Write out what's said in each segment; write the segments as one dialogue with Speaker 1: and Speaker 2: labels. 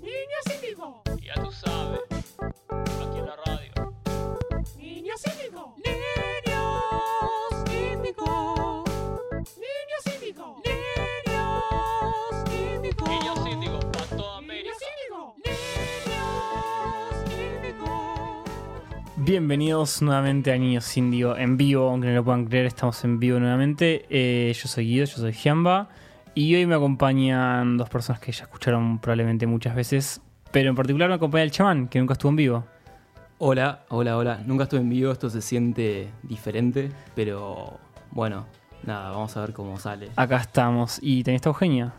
Speaker 1: Niños índigo,
Speaker 2: Ya tú sabes, aquí en la radio.
Speaker 1: niños índigo, niños índigo, niños índigo, niños índigo,
Speaker 2: Niños síndigos para toda América.
Speaker 1: niños índigo, niños índigo.
Speaker 3: Bienvenidos nuevamente a Niños Indio en vivo, aunque no lo puedan creer, estamos en vivo nuevamente. Eh, yo soy Guido, yo soy Giamba y hoy me acompañan dos personas que ya escucharon probablemente muchas veces, pero en particular me acompaña el chamán, que nunca estuvo en vivo.
Speaker 4: Hola, hola, hola. Nunca estuve en vivo, esto se siente diferente, pero bueno, nada, vamos a ver cómo sale.
Speaker 3: Acá estamos y también está Eugenia.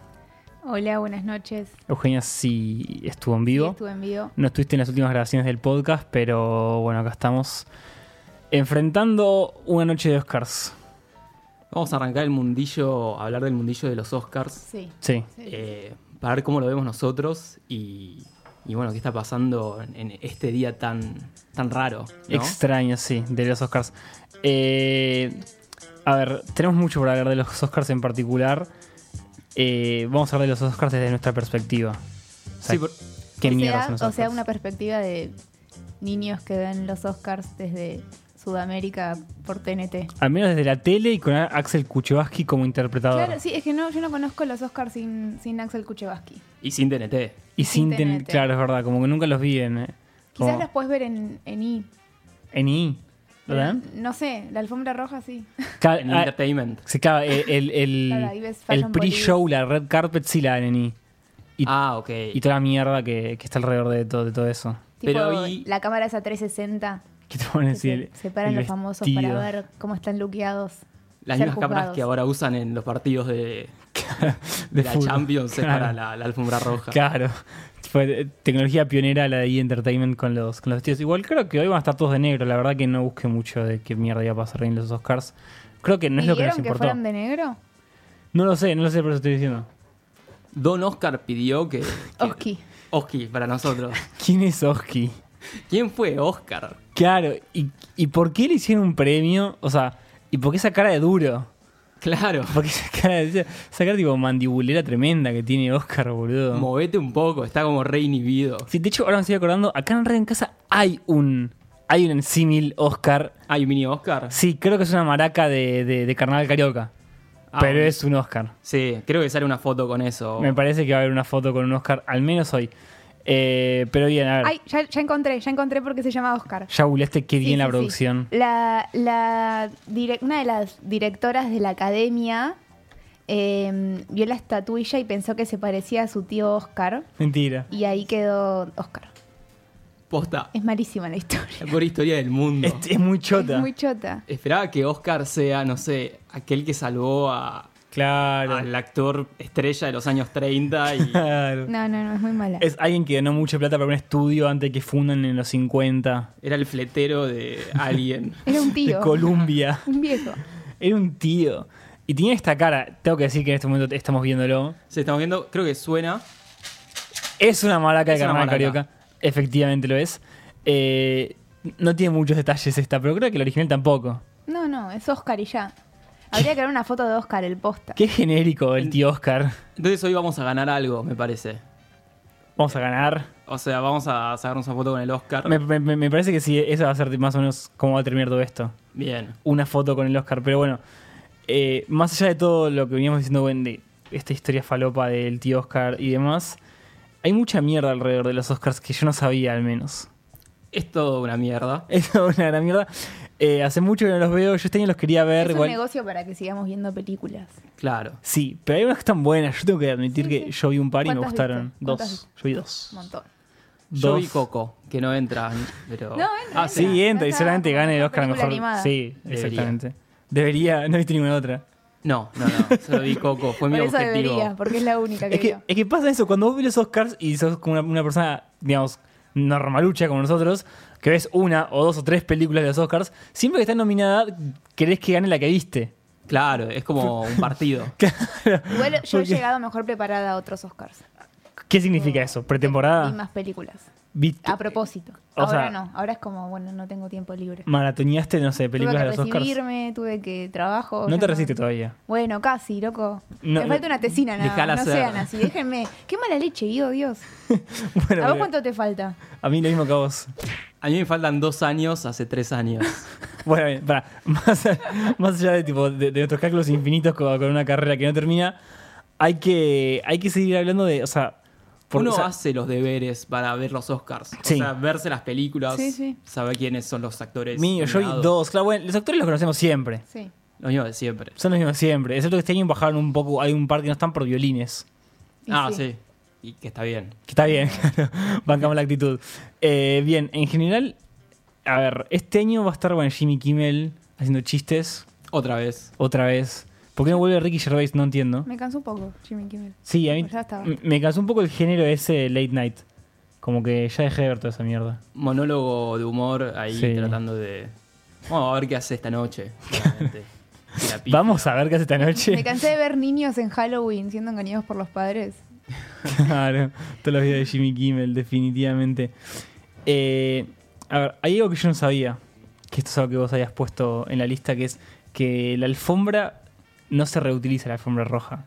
Speaker 5: Hola, buenas noches.
Speaker 3: Eugenia sí estuvo en vivo.
Speaker 5: Sí, estuve en vivo.
Speaker 3: No estuviste en las últimas grabaciones del podcast, pero bueno, acá estamos enfrentando una noche de Oscars.
Speaker 4: Vamos a arrancar el mundillo, a hablar del mundillo de los Oscars,
Speaker 5: Sí.
Speaker 3: Sí.
Speaker 5: sí.
Speaker 4: eh, para ver cómo lo vemos nosotros y, y bueno, qué está pasando en, en este día tan, tan raro. ¿no?
Speaker 3: Extraño, sí, de los Oscars. Eh, a ver, tenemos mucho para hablar de los Oscars en particular. Eh, vamos a hablar de los Oscars desde nuestra perspectiva. O sea,
Speaker 4: Sí, por-
Speaker 3: ¿Qué
Speaker 5: O
Speaker 3: mierda
Speaker 5: sea,
Speaker 3: son los
Speaker 5: o sea,
Speaker 3: Oscars?
Speaker 5: una perspectiva de niños que ven los Oscars desde Sudamérica por TNT.
Speaker 3: Al menos desde la tele y con a- Axel Kuchevaski como interpretador.
Speaker 5: Claro, sí, es que no, yo no conozco los Oscars sin, sin Axel Kuchevaski.
Speaker 4: y sin TNT.
Speaker 3: y sin
Speaker 5: sin
Speaker 3: tener.
Speaker 5: TNT.
Speaker 3: Claro, es verdad, como que nunca los vi en. eh,
Speaker 5: Quizás
Speaker 3: como-
Speaker 5: los puedes ver en, en I.
Speaker 3: En I. ¿Verdad?
Speaker 5: No sé, la alfombra roja sí.
Speaker 3: Ca-
Speaker 4: En
Speaker 3: ah,
Speaker 4: Entertainment.
Speaker 3: sí, claro, eh, el, el,
Speaker 5: Claro, ahí ves
Speaker 3: el
Speaker 5: Fashion
Speaker 3: pre-show, la red carpet, sí la dan en I. Y,
Speaker 4: Ah, ok.
Speaker 3: y toda la mierda que, que está alrededor de todo, de todo eso.
Speaker 4: Pero
Speaker 5: tipo,
Speaker 4: y-
Speaker 5: la cámara esa 360.
Speaker 3: ¿Qué te ponen
Speaker 5: que
Speaker 3: así?
Speaker 5: se,
Speaker 3: el-
Speaker 5: separan
Speaker 3: el
Speaker 5: los famosos
Speaker 3: vestido?
Speaker 5: para ver cómo están luqueados.
Speaker 4: Las
Speaker 5: ser
Speaker 4: mismas cámaras
Speaker 5: juzgados.
Speaker 4: que ahora usan en los partidos de, de la
Speaker 3: fútbol.
Speaker 4: Champions es
Speaker 3: Claro.
Speaker 4: para la, la alfombra roja.
Speaker 3: Claro. Fue eh, tecnología pionera la de E! Entertainment con los, con los vestidos. Igual creo que hoy van a estar todos de negro. La verdad que no busqué mucho de qué mierda iba a pasar en los Oscars. Creo que no es
Speaker 5: ¿Y
Speaker 3: lo que
Speaker 5: vieron
Speaker 3: nos
Speaker 5: que,
Speaker 3: importó.
Speaker 5: fueron de negro?
Speaker 3: No lo sé, no lo sé, por eso estoy diciendo.
Speaker 4: Don Oscar pidió que. que-
Speaker 5: Oski.
Speaker 4: Oski, para nosotros.
Speaker 3: ¿Quién es Oski?
Speaker 4: ¿Quién fue Oscar?
Speaker 3: Claro, y, ¿y por qué le hicieron un premio? O sea, ¿y por qué esa cara de duro?
Speaker 4: Claro,
Speaker 3: ¿Por qué esa cara de esa cara tipo mandibulera tremenda que tiene Oscar, boludo?
Speaker 4: movete un poco, está como re inhibido.
Speaker 3: Sí, de hecho, ahora me estoy acordando, acá en Red en Casa hay un. Hay un símil Oscar
Speaker 4: Hay un mini Oscar.
Speaker 3: Sí, creo que es una maraca de, de, de carnaval carioca.
Speaker 4: Ah,
Speaker 3: pero
Speaker 4: ok. Oh.
Speaker 3: es un Oscar.
Speaker 4: Sí, creo que sale una foto con eso.
Speaker 3: Me parece que va a haber una foto con un Oscar, al menos hoy. Eh, pero bien, a ver.
Speaker 5: Ay, ya, ya encontré, ya encontré porque se llama Oscar.
Speaker 3: Ya googleaste qué
Speaker 5: Sí,
Speaker 3: bien la
Speaker 5: sí, sí.
Speaker 3: producción.
Speaker 5: La, la direc- una de las directoras de la academia eh, vio la estatuilla y pensó que se parecía a su tío Oscar.
Speaker 3: Mentira.
Speaker 5: Y ahí quedó Oscar.
Speaker 4: Posta.
Speaker 5: Es malísima la historia.
Speaker 4: La peor historia del mundo.
Speaker 3: Es, es muy chota.
Speaker 5: Es muy chota.
Speaker 4: Esperaba que Oscar sea, no sé, aquel que salvó a,
Speaker 3: Claro.
Speaker 4: al actor estrella de los años 30 y.
Speaker 3: Claro.
Speaker 5: No, no, no, es muy mala.
Speaker 3: Es alguien que ganó mucha plata para un estudio antes que fundan en los 50.
Speaker 4: Era el fletero de alguien.
Speaker 5: Era un
Speaker 3: De
Speaker 5: tío.
Speaker 3: Columbia.
Speaker 5: Un viejo.
Speaker 3: Era un tío. Y tenía esta cara. Tengo que decir que en este momento estamos viéndolo.
Speaker 4: Se estamos viendo, creo que suena.
Speaker 3: Es una maraca de
Speaker 4: Es una
Speaker 3: carnaval
Speaker 4: maraca.
Speaker 3: carioca. Efectivamente lo es. Eh, no tiene muchos detalles esta, pero creo que el original tampoco.
Speaker 5: No, no, es Oscar y ya. Habría que ver una foto de Oscar, el posta.
Speaker 3: Qué genérico el tío Oscar.
Speaker 4: Entonces hoy vamos a ganar algo, me parece.
Speaker 3: Vamos a ganar.
Speaker 4: O sea, vamos a sacarnos una foto con el Oscar.
Speaker 3: Me, me- me parece que sí, eso va a ser más o menos cómo va a terminar todo esto.
Speaker 4: Bien.
Speaker 3: Una foto con el Oscar. Pero bueno, eh, más allá de todo lo que veníamos diciendo Gwen, de esta historia falopa del tío Oscar y demás, hay mucha mierda alrededor de los Oscars que yo no sabía al menos.
Speaker 4: Es todo una mierda.
Speaker 3: Es una gran mierda. Eh, hace mucho que no los veo, yo este año los quería ver.
Speaker 5: Es un
Speaker 3: igual-
Speaker 5: negocio para que sigamos viendo películas.
Speaker 4: Claro.
Speaker 3: Sí, pero hay unas que están buenas. Yo tengo que admitir
Speaker 5: Sí,
Speaker 3: que
Speaker 5: sí.
Speaker 3: yo vi un par y me
Speaker 5: ¿Cuántas viste?
Speaker 3: gustaron.
Speaker 5: ¿Cuántas
Speaker 3: Dos.
Speaker 5: viste?
Speaker 3: Yo vi dos.
Speaker 5: Un montón.
Speaker 4: Yo
Speaker 3: Dos.
Speaker 4: vi Coco, que no entra, pero.
Speaker 5: No, eh. entra,
Speaker 4: Ah,
Speaker 3: Oh. Sí,
Speaker 4: sí.
Speaker 3: entra y
Speaker 5: Esa
Speaker 3: solamente gana el Oscar a
Speaker 5: película
Speaker 3: mejor.
Speaker 5: animada.
Speaker 3: Sí,
Speaker 4: Debería.
Speaker 3: exactamente. Debería, no viste ninguna otra.
Speaker 4: No, no, no. Solo vi Coco. Fue mi
Speaker 5: Por eso
Speaker 4: objetivo.
Speaker 5: debería, porque es la única que,
Speaker 3: Es que,
Speaker 5: vio.
Speaker 3: es que pasa eso, cuando vos ves los Oscars y sos como una, una persona, digamos, normalucha como nosotros, que ves una o dos o tres películas de los Oscars, siempre que está nominada, querés que gane la que viste.
Speaker 4: Claro, es como un partido.
Speaker 3: Claro.
Speaker 5: Igual yo he
Speaker 3: Porque-
Speaker 5: llegado mejor preparada a otros Oscars.
Speaker 3: ¿Qué significa eso?
Speaker 5: Mm. Y Ah,
Speaker 3: ¿Pretemporada?
Speaker 5: más películas.
Speaker 3: Vi-
Speaker 5: A propósito.
Speaker 3: Ah. O
Speaker 5: ahora
Speaker 3: sea-
Speaker 5: no, ahora es como, bueno, no tengo tiempo libre.
Speaker 3: ¿Maratoneaste, no sé, películas de los
Speaker 5: tuve que
Speaker 3: Oscars?
Speaker 5: recibirme, tuve que trabajo.
Speaker 3: No
Speaker 5: ya
Speaker 3: te resiste todavía.
Speaker 5: Bueno, casi, loco.
Speaker 3: No,
Speaker 5: Me
Speaker 3: no.
Speaker 5: falta una tesina, nada.
Speaker 4: Dejala
Speaker 5: No
Speaker 4: ser.
Speaker 5: sean así, déjenme. Qué mala leche, Guido, Dios.
Speaker 3: Bueno,
Speaker 5: ¿A vos
Speaker 3: pero
Speaker 5: cuánto te falta?
Speaker 3: a mí lo mismo que a vos.
Speaker 4: A mí me faltan dos años, hace tres años.
Speaker 3: Bueno, bien, pará. Más, más allá de, tipo, de, de nuestros cálculos infinitos con, con una carrera que no termina, hay que, hay que seguir hablando de. O sea, por-
Speaker 4: Uno
Speaker 3: o sea,
Speaker 4: hace los deberes para ver los Oscars.
Speaker 3: Sí.
Speaker 4: O sea, verse las películas,
Speaker 5: Sí, sí.
Speaker 4: saber quiénes son los actores.
Speaker 3: mí, yo vi
Speaker 4: nominados.
Speaker 3: dos. Claro, bueno, los actores los conocemos siempre.
Speaker 5: Sí.
Speaker 4: Lo mismo de siempre.
Speaker 3: Son los mismos siempre. Excepto que este año bajaron un poco. Hay un par que no están por violines.
Speaker 5: Y
Speaker 4: ah,
Speaker 5: sí.
Speaker 4: sí. Y que está bien.
Speaker 3: Que está bien, claro. bancamos la actitud. Eh, bien, en general, a ver, este año va a estar bueno, Jimmy Kimmel haciendo chistes
Speaker 4: Otra vez.
Speaker 3: otra vez. ¿Por qué no vuelve Ricky Gervais? No entiendo.
Speaker 5: Me cansó un poco, Jimmy Kimmel.
Speaker 3: Sí, a mí
Speaker 5: Ya está.
Speaker 3: m- me cansó un poco el género ese de late night. Como que ya dejé de ver toda esa mierda.
Speaker 4: Monólogo de humor ahí
Speaker 3: Sí.
Speaker 4: tratando de. Vamos a ver qué hace esta noche. claramente. La pija.
Speaker 3: Vamos a ver qué hace esta
Speaker 5: Me
Speaker 3: noche.
Speaker 5: cansé de ver niños en Halloween siendo engañados por los padres.
Speaker 3: claro, todos los videos de Jimmy Kimmel, definitivamente. Eh, a ver, hay algo que yo no sabía, que esto es algo que vos habías puesto en la lista, que es que la alfombra no se reutiliza, la alfombra roja.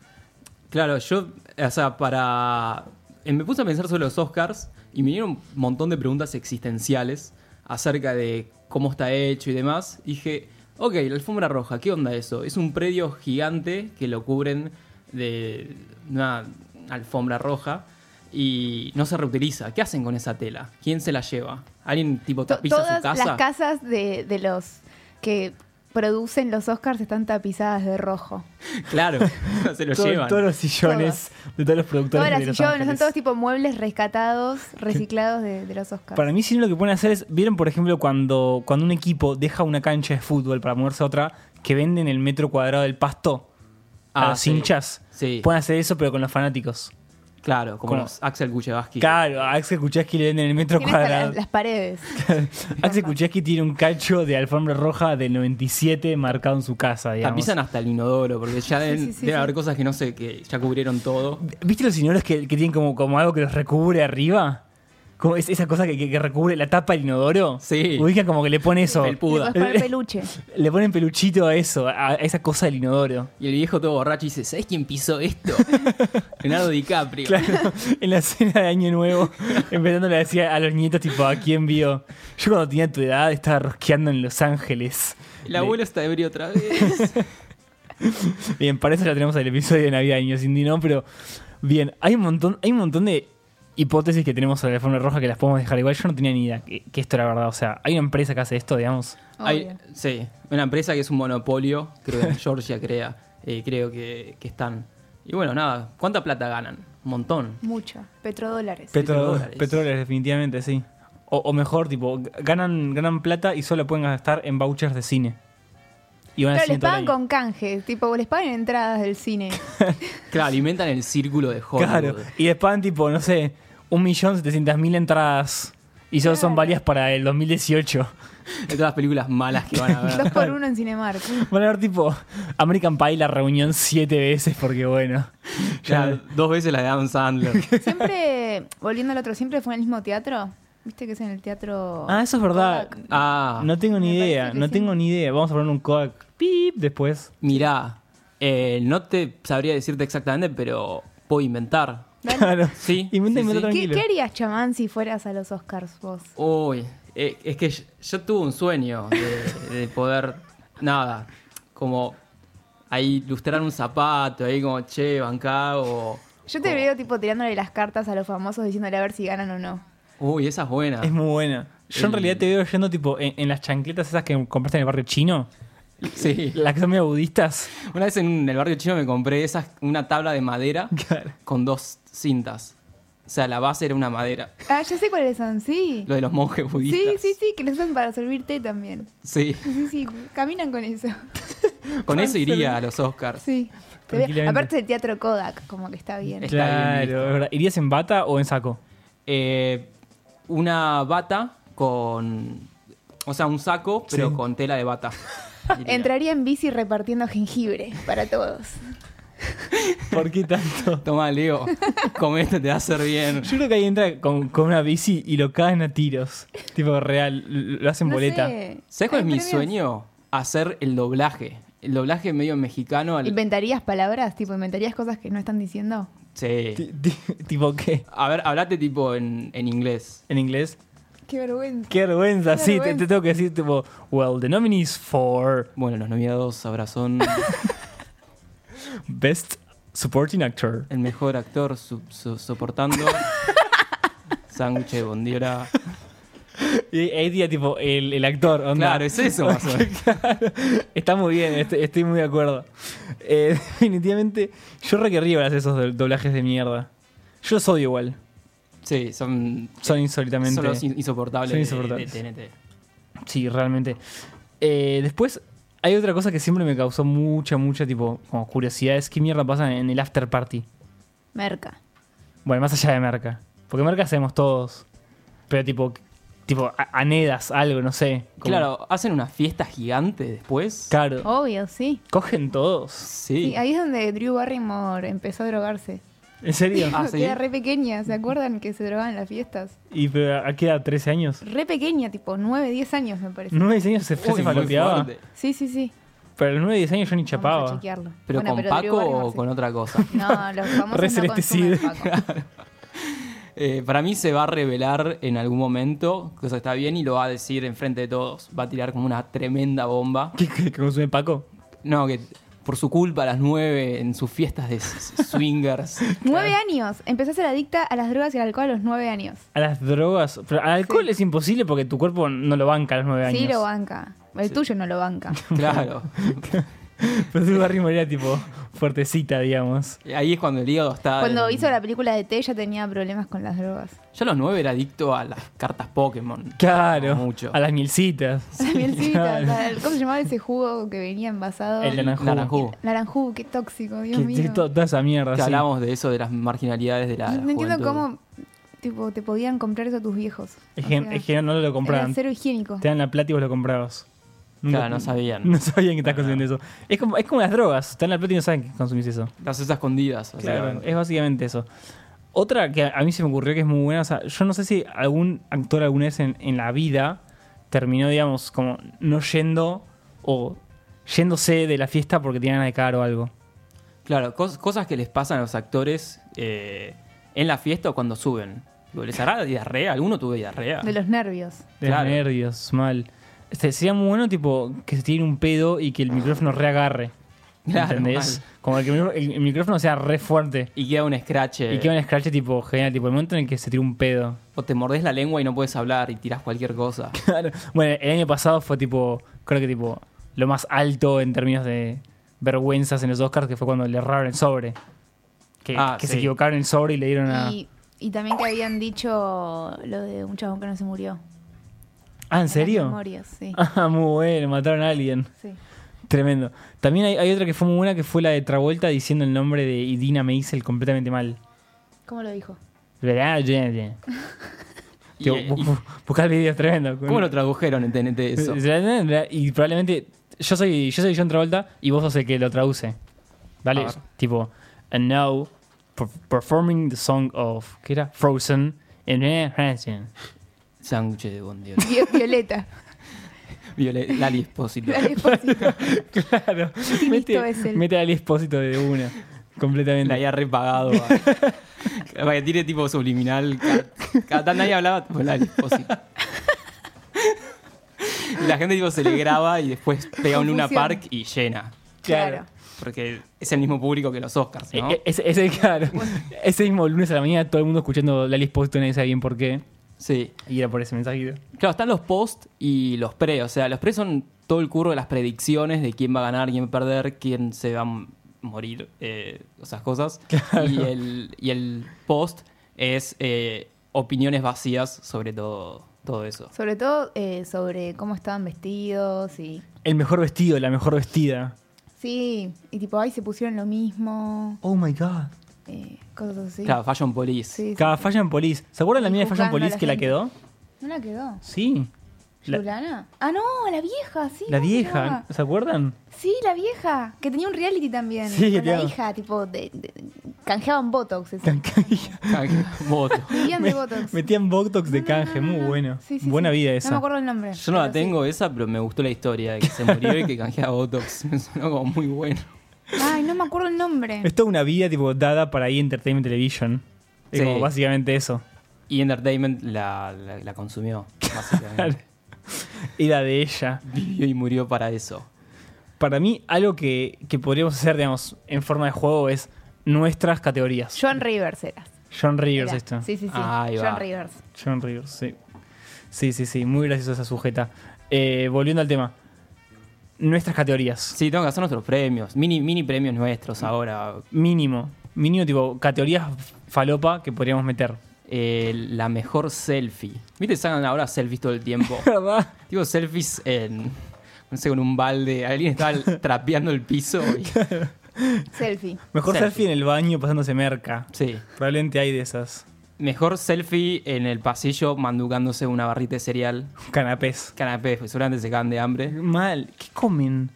Speaker 4: Claro, yo, o sea, para... eh, Me puse a pensar sobre los Oscars y me dieron un montón de preguntas existenciales acerca de cómo está hecho y demás. Dije, ok, la alfombra roja, ¿qué onda eso? Es un predio gigante que lo cubren de una alfombra roja y no se reutiliza. ¿Qué hacen con esa tela? ¿Quién se la lleva? ¿Alguien tipo
Speaker 5: To-
Speaker 4: tapiza
Speaker 5: todas
Speaker 4: su casa?
Speaker 5: las casas de, de los que producen los Oscars están tapizadas de rojo.
Speaker 4: Claro, se lo
Speaker 3: Todo-
Speaker 4: llevan.
Speaker 3: Todos los sillones de todos los productores
Speaker 5: Todas las
Speaker 3: de Los
Speaker 5: sillones, son
Speaker 3: Ángeles.
Speaker 5: todos tipo muebles rescatados, reciclados de, de los Oscars.
Speaker 3: Para mí, si no, lo que pueden hacer es. ¿Vieron, por ejemplo, cuando, cuando un equipo deja una cancha de fútbol para moverse a otra, que venden el metro cuadrado del pasto a
Speaker 4: Ah,
Speaker 3: los
Speaker 4: sí.
Speaker 3: hinchas?
Speaker 4: Sí.
Speaker 3: Pueden hacer eso, pero con los fanáticos.
Speaker 4: Claro, como
Speaker 3: Como-
Speaker 4: los Axel Kuchevaski.
Speaker 3: Claro, a Axel Kucheski le venden el metro
Speaker 5: Tienen hasta
Speaker 3: cuadrado.
Speaker 5: las, las paredes.
Speaker 3: Axel Kucheski tiene un cacho de alfombra roja del 97 marcado en su casa, digamos.
Speaker 4: Tapizan hasta el inodoro, porque ya deben,
Speaker 5: sí, sí,
Speaker 4: deben
Speaker 5: sí.
Speaker 4: haber cosas que no sé, que ya cubrieron todo.
Speaker 3: ¿Viste los inodoros que, que tienen como, como algo que los recubre arriba? Como es, esa cosa que, que- que recubre la tapa del inodoro.
Speaker 4: Sí.
Speaker 3: Ubican como que le pone eso.
Speaker 4: El
Speaker 5: Le
Speaker 4: puda.
Speaker 5: puedes poner peluche.
Speaker 3: Le ponen peluchito a eso, a a esa cosa del inodoro.
Speaker 4: Y el viejo todo borracho dice, ¿sabes quién pisó esto? Leonardo DiCaprio.
Speaker 3: Claro, en la cena de Año Nuevo, empezando le decía a los nietos, tipo, ¿a quién vio? Yo cuando tenía tu edad estaba rosqueando en Los Ángeles.
Speaker 4: El abuelo está ebrio otra vez.
Speaker 3: Bien, para eso ya tenemos el episodio de Navidad Año Cindy, ¿no? Pero, bien, hay un montón, hay un montón de hipótesis que tenemos sobre la forma roja que las podemos dejar igual. Yo no tenía ni idea que, que esto era verdad. O sea, hay una empresa que hace esto, digamos.
Speaker 4: Hay-
Speaker 5: Obvio.
Speaker 4: sí, una empresa que es un monopolio, creo que en Georgia crea, eh, creo que, que están. Y bueno, nada, ¿cuánta plata ganan? Un montón.
Speaker 5: Mucho. Petrodólares.
Speaker 4: Petrodólares.
Speaker 3: Petrodólares, definitivamente, sí. O, o mejor, tipo, g- ganan, ganan plata y solo pueden gastar en vouchers de cine. Y van al
Speaker 5: Pero
Speaker 3: cine
Speaker 5: les
Speaker 3: todo el
Speaker 5: pagan
Speaker 3: año.
Speaker 5: con canjes, tipo, les pagan entradas del cine.
Speaker 4: Claro, alimentan el círculo de Hollywood.
Speaker 3: Claro, y les pagan tipo, no sé, 1.700.000 entradas. Y solo son
Speaker 5: Claro.
Speaker 3: válidas para el 2018.
Speaker 4: De todas las películas malas que van a ver.
Speaker 5: Dos por uno en Cinemark.
Speaker 3: Van a ver tipo American Pie la reunión siete veces porque bueno.
Speaker 4: Claro,
Speaker 3: Ya,
Speaker 4: dos veces la de Adam Sandler.
Speaker 5: Siempre, volviendo al otro, siempre fue en el mismo teatro. ¿Viste que es en el teatro?
Speaker 3: Ah, eso es verdad.
Speaker 5: Kodak?
Speaker 4: Ah,
Speaker 3: No tengo ni
Speaker 5: Me parece
Speaker 3: idea,
Speaker 5: que
Speaker 3: no
Speaker 5: sí.
Speaker 3: tengo ni idea. Vamos a poner un Kodak pip después.
Speaker 4: mirá, eh, no te sabría decirte exactamente, pero puedo inventar.
Speaker 5: Dale.
Speaker 3: Claro.
Speaker 4: Sí, sí,
Speaker 3: Inventa, inventa
Speaker 4: sí.
Speaker 5: ¿Qué,
Speaker 3: tranquilo.
Speaker 5: qué harías, chamán, si fueras a los Oscars vos?
Speaker 4: Uy, eh, es que yo, yo tuve un sueño de, de poder, nada, como ahí ilustrar un zapato, ahí como, che, bancá o...
Speaker 5: Yo
Speaker 3: Oh.
Speaker 5: te
Speaker 4: o-
Speaker 5: veo tipo tirándole las cartas a los famosos diciéndole a ver si ganan o no.
Speaker 4: Uy, esa es buena.
Speaker 3: Es muy buena. Yo en
Speaker 4: El-
Speaker 3: realidad te veo yendo tipo en, en las chancletas esas que compraste en el barrio chino,
Speaker 4: Sí.
Speaker 3: las que son medio budistas.
Speaker 4: Una vez en el barrio chino me compré esas, una tabla de madera con dos cintas. O sea, la base era una madera.
Speaker 5: Ah, ya sé cuáles son, sí.
Speaker 4: Lo de los monjes
Speaker 5: Sí,
Speaker 4: budistas.
Speaker 5: sí, sí, que les usan para servir té también.
Speaker 4: Sí,
Speaker 5: Sí, sí, caminan con eso.
Speaker 4: con eso iría a los Oscars.
Speaker 5: Sí. Te veo-
Speaker 3: Tranquilamente.
Speaker 5: Aparte del teatro Kodak, como que está bien.
Speaker 4: Está bien visto.
Speaker 3: claro, es verdad. ¿Irías en bata o en saco?
Speaker 4: Eh, una bata con. O sea, un saco, pero
Speaker 3: Sí.
Speaker 4: con tela de bata. diría.
Speaker 5: Entraría en bici repartiendo jengibre para todos.
Speaker 3: ¿Por qué tanto?
Speaker 4: Toma, Leo, comete, te va a hacer bien.
Speaker 3: Yo creo que ahí entra con, con una bici y lo caen a tiros. Tipo real, lo hacen
Speaker 5: No
Speaker 3: boleta.
Speaker 5: sé.
Speaker 4: ¿Sabes cuál es
Speaker 5: Hay
Speaker 4: mi
Speaker 5: premios.
Speaker 4: sueño? Hacer el doblaje. El doblaje medio mexicano al.
Speaker 5: ¿Inventarías palabras? Tipo, ¿inventarías cosas que no están diciendo?
Speaker 4: Sí.
Speaker 3: Ti- ti- Tipo, ¿qué?
Speaker 4: A ver, hablate tipo en, en inglés.
Speaker 3: ¿En inglés?
Speaker 5: Qué vergüenza.
Speaker 3: Qué vergüenza,
Speaker 5: Qué
Speaker 3: sí, te- Te,
Speaker 5: vergüenza.
Speaker 3: tengo que decir, tipo, well, the nominees for
Speaker 4: Bueno, los nominados ahora son
Speaker 3: Best Supporting Actor.
Speaker 4: el mejor actor su- su- soportando. Sándwich de bondiola.
Speaker 3: Y ahí diría, tipo, el, el actor, onda.
Speaker 4: Claro, es eso más o menos.
Speaker 3: Está muy bien, est- estoy, muy de acuerdo. Eh, definitivamente, yo requería ver esos do- doblajes de mierda. Yo los odio igual.
Speaker 4: Sí, son,
Speaker 3: Son insólitamente.
Speaker 4: son los in- insoportables,
Speaker 3: Son
Speaker 4: de-
Speaker 3: insoportables.
Speaker 4: De, TNT.
Speaker 3: Sí, realmente. Eh, después, hay otra cosa que siempre me causó mucha, mucha, tipo, como curiosidad. Es qué mierda pasa en el after party.
Speaker 5: Merca.
Speaker 3: Bueno, más allá de Merca. Porque Merca sabemos todos. Pero tipo, tipo a- anedas algo, no sé. como-
Speaker 4: Claro, hacen una fiesta gigante después.
Speaker 3: Claro.
Speaker 5: Obvio, sí.
Speaker 3: Cogen todos.
Speaker 4: Sí.
Speaker 5: Sí, ahí es donde Drew Barrymore empezó a drogarse.
Speaker 3: ¿En serio?
Speaker 4: Ah, ¿sí?
Speaker 5: Porque Era re pequeña, ¿se acuerdan que se drogaban en las fiestas?
Speaker 3: ¿Y pero a qué edad? ¿13 años?
Speaker 5: Re pequeña, tipo 9, 10 años me parece.
Speaker 3: 9 años se,
Speaker 4: Uy,
Speaker 3: se
Speaker 4: muy
Speaker 3: falopeaba.
Speaker 4: fuerte.
Speaker 5: Sí, sí, sí.
Speaker 3: Pero a los 9 10 años yo ni
Speaker 5: Vamos a
Speaker 3: chapaba.
Speaker 5: chequearlo.
Speaker 4: ¿Pero
Speaker 5: Bueno,
Speaker 4: con
Speaker 5: Drew
Speaker 4: Paco
Speaker 5: Barrymore
Speaker 4: o
Speaker 5: sí.
Speaker 4: con otra cosa?
Speaker 5: No, los
Speaker 3: Re
Speaker 5: famosos no
Speaker 3: celesticida.
Speaker 5: consumen Paco.
Speaker 4: Eh, para mí se va a revelar en algún momento, cosa que está bien, y lo va a decir enfrente de todos. Va a tirar como una tremenda bomba.
Speaker 3: ¿Qué, qué, qué consume Paco?
Speaker 4: No, que por su culpa a las nueve en sus fiestas de s- s- swingers.
Speaker 5: Nueve años. Empezó a ser adicta a las drogas y al alcohol a los nueve años.
Speaker 3: A las drogas. Pero al alcohol es imposible porque tu cuerpo no lo banca a los 9 años.
Speaker 5: Sí lo banca. El tuyo no lo banca.
Speaker 4: Claro.
Speaker 3: Pero tu Barrymore era tipo fuertecita, digamos.
Speaker 4: Ahí es cuando Ah, el hígado está.
Speaker 5: Cuando
Speaker 4: en-
Speaker 5: hizo la película de T ya tenía problemas con las drogas.
Speaker 4: Yo a los nueve era adicto a las cartas Pokémon.
Speaker 3: Claro.
Speaker 4: Ah, Mucho.
Speaker 3: A las mielcitas.
Speaker 5: Mielcita,
Speaker 3: claro.
Speaker 5: tal. ¿Cómo se llamaba ese jugo que venía envasado?
Speaker 3: El naranjú.
Speaker 4: Naranjú.
Speaker 5: Naranjú, qué tóxico, Dios
Speaker 3: Que- que
Speaker 5: mío.
Speaker 3: to- toda esa mierda.
Speaker 4: Que
Speaker 3: sí.
Speaker 4: hablamos de eso, de las marginalidades de la.
Speaker 5: no entiendo
Speaker 4: juventud.
Speaker 5: cómo tipo, te podían comprar eso tus viejos.
Speaker 3: Es que,
Speaker 5: O sea,
Speaker 3: es que no lo
Speaker 5: Era
Speaker 3: compraban.
Speaker 5: cero
Speaker 3: Te
Speaker 5: higiénico.
Speaker 3: dan la plata y vos lo comprabas. Nunca-
Speaker 4: Claro, no sabían.
Speaker 3: No sabían que estás consumiendo eso. Es como, es como las drogas. Te dan la plata y no saben que consumís eso.
Speaker 4: Las esas escondidas. o sea,
Speaker 3: Claro, es básicamente eso. Otra que a a mí se me ocurrió que es muy buena, o sea, yo no sé si algún actor alguna vez en, en la vida terminó, digamos, como no yendo o yéndose de la fiesta porque tenían ganas de cagar o algo.
Speaker 4: Claro, cos- cosas que les pasan a los actores eh, en la fiesta o cuando suben. Digo, ¿Les hará diarrea? ¿Alguno tuvo diarrea?
Speaker 5: De los nervios.
Speaker 3: De
Speaker 4: Claro.
Speaker 3: nervios, mal. Este, sería muy bueno, tipo, que se tiene un pedo y que el micrófono reagarre.
Speaker 4: Ah. Claro,
Speaker 3: ¿Entendés?
Speaker 4: mal.
Speaker 3: Como que el, micro- el- el micrófono sea re fuerte.
Speaker 4: Y queda un scratch. eh,
Speaker 3: Y que un scratch tipo genial, tipo el momento en el que se tira un pedo.
Speaker 4: O te mordés la lengua y no puedes hablar y tirás cualquier cosa.
Speaker 3: Claro. Bueno, el año pasado fue tipo, creo que tipo, lo más alto en términos de vergüenzas en los Oscars, que fue cuando le erraron el sobre. Que,
Speaker 4: Ah,
Speaker 3: que
Speaker 4: sí.
Speaker 3: se equivocaron el sobre y le dieron a...
Speaker 5: Y, y también que habían dicho lo de un chabón que no se murió.
Speaker 3: Ah, ¿en
Speaker 5: Las
Speaker 3: serio?
Speaker 5: memorias, sí.
Speaker 3: Ah, muy bueno, mataron a alguien.
Speaker 5: sí.
Speaker 3: Tremendo. También hay, hay otra que fue muy buena, que fue la de Travolta diciendo el nombre de Idina Menzel completamente mal.
Speaker 5: ¿Cómo lo dijo?
Speaker 4: Y,
Speaker 3: Tipo,
Speaker 4: eh,
Speaker 3: bu-
Speaker 4: y-
Speaker 3: bu- buscá el video, es tremendo.
Speaker 4: ¿Cómo lo tradujeron en TNT eso?
Speaker 3: Y probablemente yo soy, yo soy John Travolta y vos sos el que lo traduce.
Speaker 4: A
Speaker 3: ¿Vale?
Speaker 4: ver.
Speaker 3: Tipo, and now per- performing the song of, ¿qué era? Frozen en eh, Frozen.
Speaker 4: Sándwich de bondiola.
Speaker 5: Vi- Violeta.
Speaker 4: Violet, Lali Espósito.
Speaker 5: La esposita.
Speaker 3: Claro.
Speaker 5: listo
Speaker 3: mete,
Speaker 5: es él.
Speaker 3: mete al expósito de una.
Speaker 4: La
Speaker 3: Completamente.
Speaker 4: había repagado. a- Para que tire tipo subliminal. Cada, cada tan nadie hablaba tipo Lali Espósito. Y La gente tipo se le graba y después pega un Luna
Speaker 5: Confusión.
Speaker 4: Park y llena.
Speaker 5: Claro.
Speaker 4: Porque es el mismo público que los Oscars, ¿no?
Speaker 3: E- e- Ese, ese- claro, ese mismo lunes a la mañana todo el mundo escuchando Lali Espósito, nadie sabe bien por qué.
Speaker 4: Sí.
Speaker 3: Y era por ese mensajito.
Speaker 4: Claro, están los post y los pre. O sea, los pre son todo el curro de las predicciones de quién va a ganar, quién va a perder, quién se va a m- morir, eh, esas cosas. Y, el, y el post es eh, opiniones vacías sobre todo, todo eso.
Speaker 5: Sobre todo eh, sobre cómo estaban vestidos y.
Speaker 3: El mejor vestido, la mejor vestida.
Speaker 5: Sí, y tipo, ahí se pusieron lo mismo.
Speaker 3: Oh my god.
Speaker 5: eh, cosas así.
Speaker 4: Claro, Fashion Police.
Speaker 5: Sí, sí.
Speaker 3: Cada Fashion Police. ¿Se acuerdan la
Speaker 5: Y
Speaker 3: mía de Fashion
Speaker 5: juzgando a
Speaker 3: Police
Speaker 5: la
Speaker 3: que la
Speaker 5: gente.
Speaker 3: quedó?
Speaker 5: ¿No la quedó?
Speaker 3: Sí. La,
Speaker 5: ¿Yulana? Ah, no, la vieja, sí.
Speaker 3: la
Speaker 5: ¿cómo se
Speaker 3: vieja,
Speaker 5: llama?
Speaker 3: ¿se acuerdan?
Speaker 5: Sí, la vieja. hija, que tenía un reality también.
Speaker 3: Sí,
Speaker 5: con la
Speaker 3: claro.
Speaker 5: hija, tipo, de- de- canjeaban Botox. eso.
Speaker 4: Voto.
Speaker 5: Vivían de Botox.
Speaker 3: Metían Botox de
Speaker 5: No, no, no,
Speaker 3: canje,
Speaker 5: no,
Speaker 3: muy
Speaker 5: no.
Speaker 3: bueno.
Speaker 5: Sí, sí,
Speaker 3: Buena
Speaker 5: sí.
Speaker 3: vida
Speaker 5: No me
Speaker 3: esa.
Speaker 5: acuerdo el nombre.
Speaker 4: Yo no la
Speaker 5: pero sí.
Speaker 4: tengo esa, pero me gustó la historia de que se murió y que canjeaba Botox. Me sonó como muy bueno.
Speaker 5: Ay, no me acuerdo el nombre.
Speaker 3: Es toda una vida tipo dada para ahí Entertainment Television. Es
Speaker 4: Sí.
Speaker 3: como básicamente eso.
Speaker 4: Y Entertainment la, la, la consumió, básicamente.
Speaker 3: Era de ella.
Speaker 4: Vivió y murió para eso.
Speaker 3: Para mí, algo que, que podríamos hacer, digamos, en forma de juego es nuestras categorías.
Speaker 5: John Rivers era.
Speaker 3: John Rivers,
Speaker 5: Era.
Speaker 3: esto.
Speaker 5: Sí, sí, sí.
Speaker 4: Ahí
Speaker 5: John
Speaker 4: va.
Speaker 5: Rivers.
Speaker 3: John Rivers, sí. Sí, sí, sí. Muy graciosa esa sujeta. Eh, volviendo al tema. Nuestras categorías.
Speaker 4: Sí, tengo que hacer nuestros premios. Mini, mini premios nuestros ahora.
Speaker 3: Mínimo. Mínimo, tipo, categorías falopa que podríamos meter.
Speaker 4: Eh, la mejor selfie. ¿Viste? Sacan ahora selfies todo el tiempo.
Speaker 3: ¿Verdad?
Speaker 4: Digo, selfies en. No sé, con un balde. Alguien estaba trapeando el piso. y-
Speaker 5: Selfie.
Speaker 3: Mejor selfie.
Speaker 4: Selfie.
Speaker 3: en el baño pasándose merca.
Speaker 4: sí.
Speaker 3: Probablemente hay de esas.
Speaker 4: Mejor selfie en el pasillo manducándose una barrita de cereal.
Speaker 3: Canapés.
Speaker 4: Canapés, pues, seguramente se cagan de hambre.
Speaker 3: Mal. ¿Qué comen?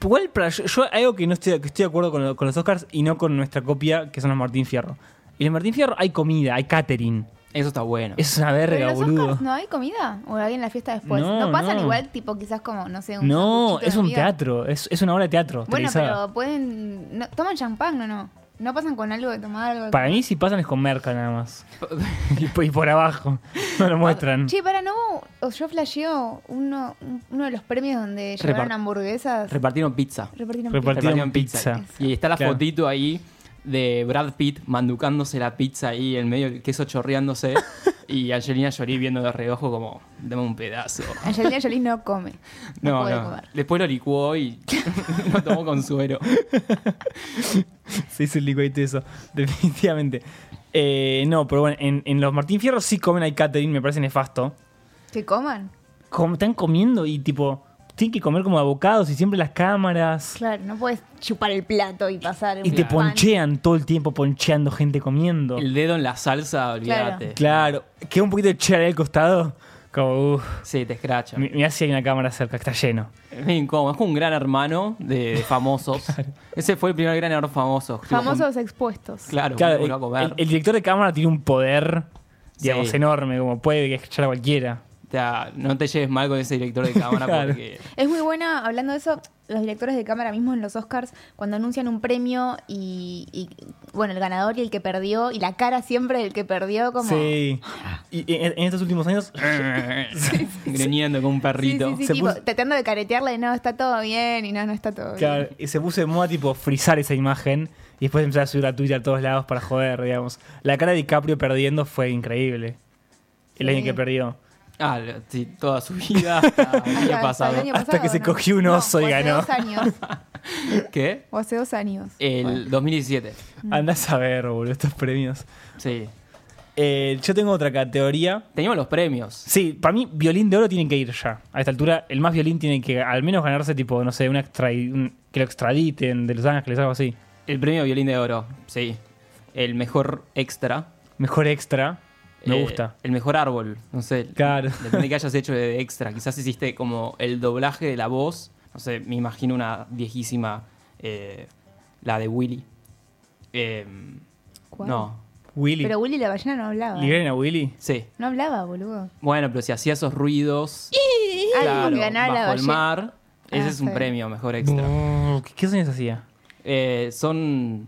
Speaker 3: Igual, para, yo, yo algo que no estoy, que estoy de acuerdo con, lo- con los Oscars y no con nuestra copia, que son los Martín Fierro. En el Martín Fierro hay comida, hay catering.
Speaker 4: Eso está bueno.
Speaker 3: Es una
Speaker 5: ¿Pero
Speaker 3: verga,
Speaker 5: en los
Speaker 3: boludo.
Speaker 5: Oscars no hay comida? ¿O hay en la fiesta después?
Speaker 3: No,
Speaker 5: No, pasan
Speaker 3: no.
Speaker 5: igual, tipo, quizás como, no sé, un
Speaker 3: No,
Speaker 5: sanguchito
Speaker 3: es
Speaker 5: de
Speaker 3: un
Speaker 5: comida?
Speaker 3: teatro, es, es una obra de teatro.
Speaker 5: Bueno,
Speaker 3: televisada.
Speaker 5: pero pueden... no- ¿Toman champán o no? ¿No pasan con algo de tomar algo? de-
Speaker 3: Para mí si pasan es con merca nada más. y, por- y por abajo, no lo muestran.
Speaker 5: Ah, Che, para, ¿no hubo- o yo flasheo uno, un- uno de los premios donde llevaron
Speaker 4: Repar-
Speaker 5: hamburguesas?
Speaker 4: Repartieron pizza.
Speaker 5: Repartieron
Speaker 3: Repartieron
Speaker 4: Repartieron
Speaker 3: pizza.
Speaker 4: pizza. Y está la
Speaker 3: Claro.
Speaker 4: fotito ahí de Brad Pitt manducándose la pizza ahí en medio del queso chorreándose y Angelina Jolie viendo de reojo como, dame un pedazo.
Speaker 5: Angelina Jolie no come. No,
Speaker 4: No,
Speaker 5: puede
Speaker 4: no.
Speaker 5: comer.
Speaker 4: Después lo licuó y lo tomó con suero.
Speaker 3: Se hizo el licuadito y eso, definitivamente. Eh, no, pero bueno, en, en los Martín Fierro sí comen hay catering, me parece nefasto.
Speaker 5: ¿Que coman?
Speaker 3: Como, están comiendo y tipo, tienen que comer como abocados y siempre las cámaras.
Speaker 5: Claro, no puedes chupar el plato y pasar...
Speaker 3: Y
Speaker 5: un
Speaker 3: te
Speaker 5: pan.
Speaker 3: ponchean todo el tiempo, poncheando gente comiendo.
Speaker 4: El dedo en la salsa, olvídate.
Speaker 3: Claro, queda un poquito de cheddar ahí al costado. Como, uff,
Speaker 4: Sí, te escracha.
Speaker 3: mirá si hay una cámara cerca, que está lleno.
Speaker 4: Es medio incómodo. Es como un gran hermano de, de famosos. Ese fue el primer gran hermano famoso. Tipo, con-
Speaker 5: Famosos expuestos.
Speaker 4: Claro,
Speaker 3: Claro,
Speaker 4: uno a comer.
Speaker 3: el, el director de cámara tiene un poder, digamos,
Speaker 4: Sí.
Speaker 3: enorme, como puede escuchar a cualquiera.
Speaker 4: O sea, no te lleves mal con ese director de cámara
Speaker 3: Claro.
Speaker 4: porque...
Speaker 5: Es muy buena, hablando de eso, los directores de cámara mismo en los Oscars, cuando anuncian un premio y, y, bueno, el ganador y el que perdió, y la cara siempre del que perdió, como...
Speaker 3: Sí. Y en, en estos últimos años
Speaker 4: Gruñendo como un
Speaker 5: Sí,
Speaker 4: perrito.
Speaker 5: sí, sí,
Speaker 3: Se
Speaker 5: tipo,
Speaker 3: puso-
Speaker 5: tratando de caretearla de no, está todo bien, y no, no está todo
Speaker 3: claro, y se puso de moda tipo frizar esa imagen y después empezar a subir a Twitter a todos lados para joder, digamos. La cara de DiCaprio perdiendo fue increíble. El
Speaker 5: Sí.
Speaker 3: año que perdió.
Speaker 4: Ah, lo- sí, toda su vida hasta el
Speaker 5: bien.
Speaker 4: año
Speaker 5: Hasta-
Speaker 4: pasado.
Speaker 5: hasta el año
Speaker 3: Hasta
Speaker 5: pasado,
Speaker 3: que se
Speaker 5: ¿no?
Speaker 3: cogió un
Speaker 5: No,
Speaker 3: oso y
Speaker 5: o hace
Speaker 3: ganó.
Speaker 5: dos años,
Speaker 4: ¿Qué?
Speaker 5: o hace dos años.
Speaker 4: El 2017.
Speaker 5: Mm.
Speaker 3: Andás a ver, boludo, estos premios.
Speaker 4: Sí.
Speaker 3: Eh, yo tengo otra categoría.
Speaker 4: Teníamos los premios.
Speaker 3: Sí, para mí, violín de oro tienen que ir ya. A esta altura, el más violín tiene que al menos ganarse, tipo, no sé, una extrai- un- que lo extraditen de Los Ángeles, algo así.
Speaker 4: El premio Violín de Oro, sí. El mejor extra.
Speaker 3: Mejor extra. Me
Speaker 4: Eh,
Speaker 3: gusta.
Speaker 4: El mejor árbol, no sé.
Speaker 3: Claro.
Speaker 4: Depende que hayas hecho de extra. Quizás hiciste como el doblaje de la voz. No sé, me imagino una viejísima. eh, la de Willy. Eh,
Speaker 5: ¿Cuál?
Speaker 4: no,
Speaker 3: Willy.
Speaker 5: Pero Willy la ballena no hablaba.
Speaker 3: ¿Liberen a Willy?
Speaker 4: sí.
Speaker 5: No hablaba, boludo.
Speaker 4: Bueno, pero si hacía esos ruidos.
Speaker 5: Ah,
Speaker 4: claro,
Speaker 5: dijo que ganaba la
Speaker 4: bajo el
Speaker 5: ballena.
Speaker 4: mar. Ese
Speaker 5: Ah,
Speaker 4: es un
Speaker 5: sí.
Speaker 4: premio mejor extra.
Speaker 3: Brrr, ¿Qué, qué sonidos hacía?
Speaker 4: Eh, son,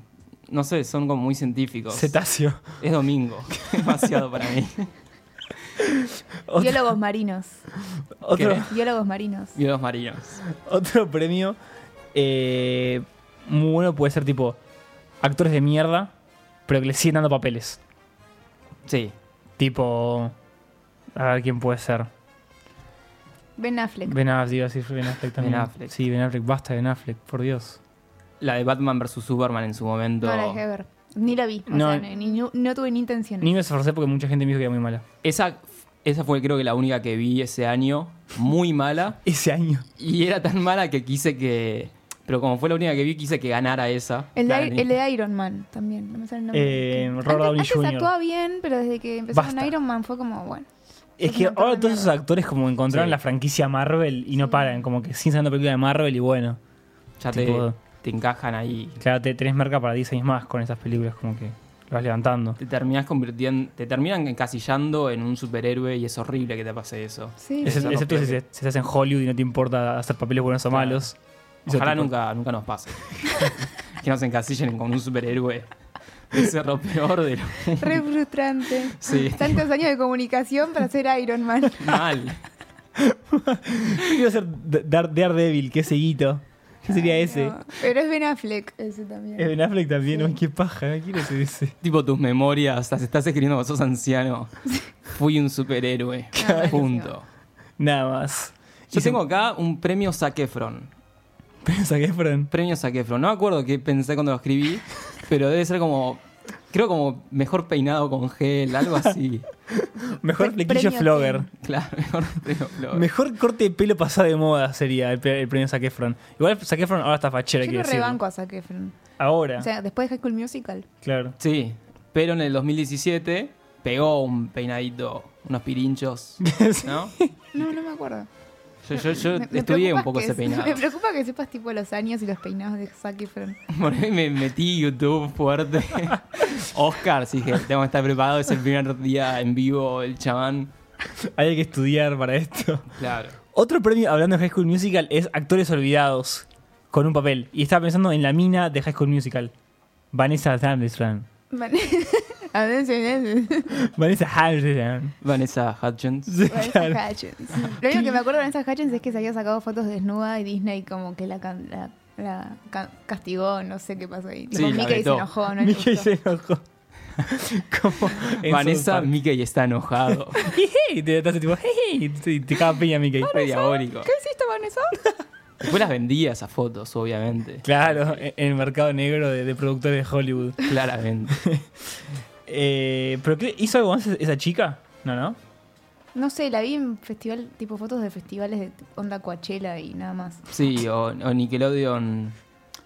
Speaker 4: no sé, son como muy científicos.
Speaker 3: Cetáceo.
Speaker 4: Es domingo, demasiado para mí.
Speaker 3: Otro,
Speaker 5: Biólogos marinos.
Speaker 3: otro,
Speaker 5: Biólogos marinos.
Speaker 4: Y los marinos.
Speaker 3: otro premio eh, muy bueno puede ser tipo actores de mierda, pero que le siguen dando papeles.
Speaker 4: Sí.
Speaker 3: Tipo. A ver quién puede ser.
Speaker 5: Ben Affleck.
Speaker 3: Ben Affleck, iba a decir Ben Affleck también.
Speaker 4: Ben Affleck.
Speaker 3: Sí, Ben Affleck, basta de Ben Affleck, por Dios.
Speaker 4: La de Batman vs. Superman en su momento.
Speaker 5: No la dejé ver. Ni la vi. O
Speaker 3: No.
Speaker 5: sea, ni- ni- no tuve ni intención.
Speaker 3: Ni me esforcé porque mucha gente me dijo que era muy mala.
Speaker 4: esa, esa fue creo que la única que vi ese año. Muy mala.
Speaker 3: Ese año.
Speaker 4: Y era tan mala que quise que... Pero como fue la única que vi, quise que ganara esa.
Speaker 5: El de,
Speaker 4: Gané.
Speaker 5: el de Iron Man también, no me sale el nombre.
Speaker 3: Eh,
Speaker 5: Que-
Speaker 3: Robert
Speaker 5: antes,
Speaker 3: Downey
Speaker 5: antes
Speaker 3: Jr..
Speaker 5: actuaba bien, pero desde que empezó
Speaker 3: Basta.
Speaker 5: con Iron Man fue como, bueno.
Speaker 3: Es que
Speaker 5: montón de
Speaker 3: ahora todos esos
Speaker 5: mierda.
Speaker 3: actores como encontraron
Speaker 4: Sí.
Speaker 3: la franquicia Marvel y no paran, como que siguen sacando películas de Marvel y bueno.
Speaker 4: ya te,
Speaker 3: Tipo-
Speaker 4: te encajan ahí.
Speaker 3: Claro, te tenés marca para 10 años más con esas películas, como que lo vas levantando.
Speaker 4: Te terminas convirtiendo, te terminan encasillando en un superhéroe y es horrible que te pase eso.
Speaker 5: Sí.
Speaker 3: Exce-
Speaker 4: Eso no
Speaker 3: Excepto si
Speaker 4: puede.
Speaker 3: se, si estás en Hollywood y no te importa hacer papeles buenos o
Speaker 4: Claro.
Speaker 3: malos. Eso
Speaker 4: Ojalá
Speaker 3: tipo-
Speaker 4: nunca, nunca nos pase. que nos encasillen con un superhéroe. Eso es lo peor de lo
Speaker 5: Re frustrante.
Speaker 4: Sí.
Speaker 5: Tantos años de comunicación para ser Iron Man.
Speaker 4: mal.
Speaker 3: Yo quiero ser D- Dar- Daredevil, qué seguito. ¿Qué sería ese?
Speaker 5: No, pero es Ben Affleck ese también.
Speaker 3: Es Ben Affleck también, uy, qué paja, ¿no? quiero ser ese.
Speaker 4: Tipo tus memorias, las estás escribiendo cuando sos anciano. Fui un superhéroe.
Speaker 5: Ah,
Speaker 4: Punto.
Speaker 3: Nada más.
Speaker 4: Yo tengo acá un premio Zac Efron.
Speaker 3: Pensa que Efron.
Speaker 4: Premio Zac Efron. No me acuerdo qué pensé cuando lo escribí, pero debe ser como. Creo como mejor peinado con gel, algo así.
Speaker 3: Mejor
Speaker 5: Pre-
Speaker 3: flequillo
Speaker 5: premio
Speaker 3: flogger.
Speaker 4: Claro, mejor premio. Flor.
Speaker 3: Mejor corte de pelo pasado de moda sería el, pre- el premio Zac Efron. Igual Zac Efron ahora está fachero, hay
Speaker 5: Yo
Speaker 3: que
Speaker 5: lo
Speaker 3: decir.
Speaker 5: rebanco a Zac Efron.
Speaker 3: Ahora,
Speaker 5: O sea, después de High School Musical.
Speaker 3: claro.
Speaker 4: Sí, pero en el 2017 pegó un peinadito, unos pirinchos,
Speaker 3: Sí.
Speaker 4: ¿no?
Speaker 5: No, no me acuerdo.
Speaker 4: Yo, yo, yo
Speaker 5: Me- me
Speaker 4: estudié
Speaker 5: preocupa
Speaker 4: un poco
Speaker 5: que-
Speaker 4: ese peinado.
Speaker 5: Me preocupa que sepas tipo los años y los peinados de Zac Efron.
Speaker 4: Por ahí me metí YouTube fuerte. Oscar, sí, dije, tengo que estar preparado, es el primer día en vivo, el chamán.
Speaker 3: Hay que estudiar para esto.
Speaker 4: Claro.
Speaker 3: Otro premio, hablando de High School Musical, es Actores Olvidados, con un papel. Y estaba pensando en la mina de High School Musical. Vanessa Anderson.
Speaker 5: Van- A ver, señores.
Speaker 3: Vanessa Anderson.
Speaker 4: Vanessa Hudgens.
Speaker 5: Vanessa Hudgens. Lo único que me acuerdo de Vanessa Hutchins es que se había sacado fotos desnuda y Disney como que la, can- la- la ca- castigó, no sé qué pasó ahí.
Speaker 4: Sí, la
Speaker 5: Tipo, Mickey se
Speaker 4: vetó.
Speaker 5: enojó, no le
Speaker 3: Mickey
Speaker 5: gustó.
Speaker 3: se enojó. Como en
Speaker 4: Vanessa,
Speaker 3: South Park.
Speaker 4: Mickey está enojado.
Speaker 3: Y te te hace tipo, "Hey, hey", y te caga piña Mickey.
Speaker 4: Fue diabólico.
Speaker 5: ¿Qué hiciste, Vanessa?
Speaker 4: Después las vendía esas fotos, obviamente.
Speaker 3: Claro, en en el mercado negro de, de productores de Hollywood.
Speaker 4: Claramente.
Speaker 3: Eh, ¿Pero qué, hizo algo más esa chica? No, no.
Speaker 5: No sé, la vi en festival, tipo fotos de festivales de onda Coachella y nada más.
Speaker 4: Sí, o, o Nickelodeon.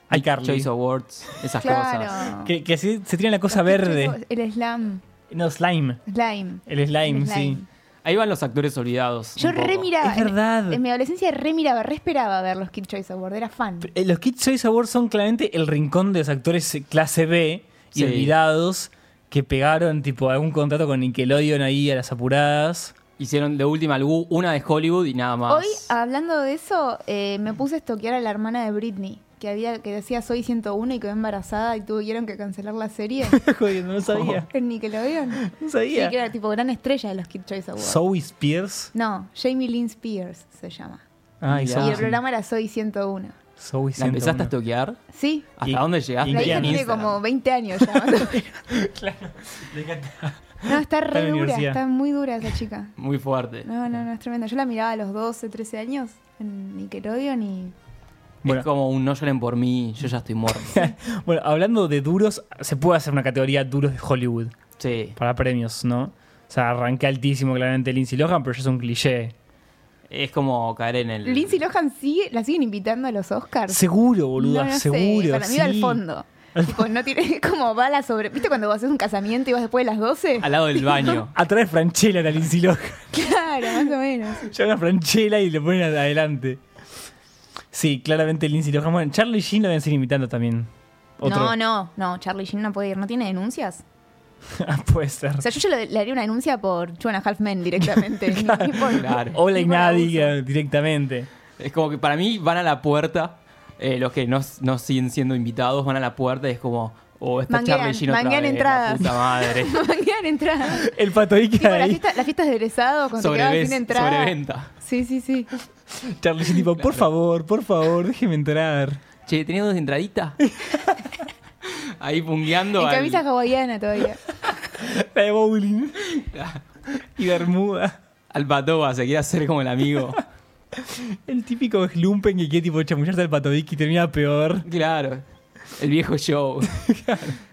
Speaker 3: Ay, Carly.
Speaker 4: Choice Awards, esas cosas.
Speaker 3: Que, que así se tiene la cosa verde.
Speaker 5: El slam,
Speaker 3: No, slime.
Speaker 5: slime.
Speaker 3: El slime,
Speaker 5: El
Speaker 3: sí.
Speaker 4: Ahí van los actores olvidados.
Speaker 5: Yo
Speaker 4: un poco.
Speaker 5: re miraba.
Speaker 3: Es verdad.
Speaker 5: En, en mi adolescencia re miraba, re esperaba ver los Kid Choice Awards, era fan.
Speaker 3: Eh, Los Kids Choice Awards son claramente el rincón de los actores eh, clase B y
Speaker 4: Sí.
Speaker 3: olvidados que pegaron tipo algún contrato con Nickelodeon ahí a las apuradas.
Speaker 4: Hicieron de última algu- una de Hollywood y nada más.
Speaker 5: Hoy, ah, hablando de eso, eh, me puse a estoquear a la hermana de Britney, que había que decía Soy 101 y quedó embarazada y tuvieron que cancelar la serie
Speaker 3: Joder, no lo sabía.
Speaker 5: en Nickelodeon.
Speaker 3: No
Speaker 5: Sí,
Speaker 3: sabía.
Speaker 5: que era tipo gran estrella de los Kid Choice Awards.
Speaker 3: Zoe Spears.
Speaker 5: no, Jamie Lynn Spears se llama.
Speaker 4: Mirá.
Speaker 3: Ay,
Speaker 5: Y
Speaker 3: Zoe.
Speaker 5: el programa era Soy 101.
Speaker 3: Zoe
Speaker 4: ¿La empezaste a
Speaker 3: 101.
Speaker 4: estoquear?
Speaker 5: ¿Sí?
Speaker 4: ¿Hasta
Speaker 3: Y-
Speaker 4: dónde llegaste?
Speaker 3: y
Speaker 5: La
Speaker 3: Bien.
Speaker 5: hija tiene
Speaker 4: Instagram.
Speaker 5: como 20 años ya. más o menos. No, está
Speaker 3: Está en
Speaker 5: re
Speaker 3: la
Speaker 5: dura,
Speaker 3: universidad.
Speaker 5: está muy dura esa chica.
Speaker 4: Muy fuerte.
Speaker 5: No, no, no, es tremenda. Yo la miraba a los 12, 13 años en Nickelodeon y...
Speaker 3: Bueno.
Speaker 4: Es como un no lloren por mí, yo ya estoy muerto.
Speaker 3: Bueno, hablando de duros, se puede hacer una categoría duros de Hollywood
Speaker 4: sí.
Speaker 3: para premios, ¿no? O sea, arranqué altísimo claramente Lindsay Lohan, pero ya es un cliché.
Speaker 4: Es como caer en el.
Speaker 5: Lindsay Lohan sigue, la siguen invitando a los Oscars.
Speaker 3: Seguro, boluda,
Speaker 5: No, no sé,
Speaker 3: seguro.
Speaker 5: Para mí va al
Speaker 3: sí.
Speaker 5: fondo. Tipo, no tiene como va la sobre. ¿Viste cuando vas a hacer un casamiento y vas después de las 12?
Speaker 4: Al lado del baño.
Speaker 3: Atrae Franchella a Lindsay Lohan.
Speaker 5: Claro, más o menos.
Speaker 3: Llaman a Franchella y le ponen ad- adelante. Sí, claramente Lindsay Lohan. Bueno, Charlie Sheen lo deben seguir invitando también. Otro.
Speaker 5: No, no, no, Charlie Sheen no puede ir, no tiene denuncias.
Speaker 3: Ah, Puede ser.
Speaker 5: O sea, yo ya le, le haría una denuncia por Two and a Half Men directamente. Ni- ni por-
Speaker 4: Claro.
Speaker 3: O Like
Speaker 5: tipo de
Speaker 3: Nadie eh, directamente.
Speaker 4: Es como que para mí van a la puerta. eh, los que no, no siguen siendo invitados van a la puerta y es como. Oh, está
Speaker 5: Manguean,
Speaker 4: Charlie Sheen otra
Speaker 5: manguean
Speaker 4: vez, la
Speaker 5: entradas.
Speaker 4: puta madre.
Speaker 5: Manguean entradas.
Speaker 3: El pato Ica
Speaker 5: Tipo, las
Speaker 3: ahí.
Speaker 5: fiestas las fiestas de egresado cuando te quedaban
Speaker 4: Sobreves-
Speaker 5: sin entrada.
Speaker 4: Sobreventa.
Speaker 5: Sí, sí, sí.
Speaker 3: Charlie Sheen tipo, por favor, por favor, déjeme entrar.
Speaker 4: Che, ¿tenías dos entraditas? Ahí pungueando.
Speaker 5: En
Speaker 4: al-
Speaker 5: camisa hawaiana todavía.
Speaker 3: La de bowling. y Bermuda.
Speaker 4: Al Patoba se quiere hacer como el amigo.
Speaker 3: El típico slumpen que quiere tipo chamullarse al patovic y termina peor.
Speaker 4: claro. El viejo show.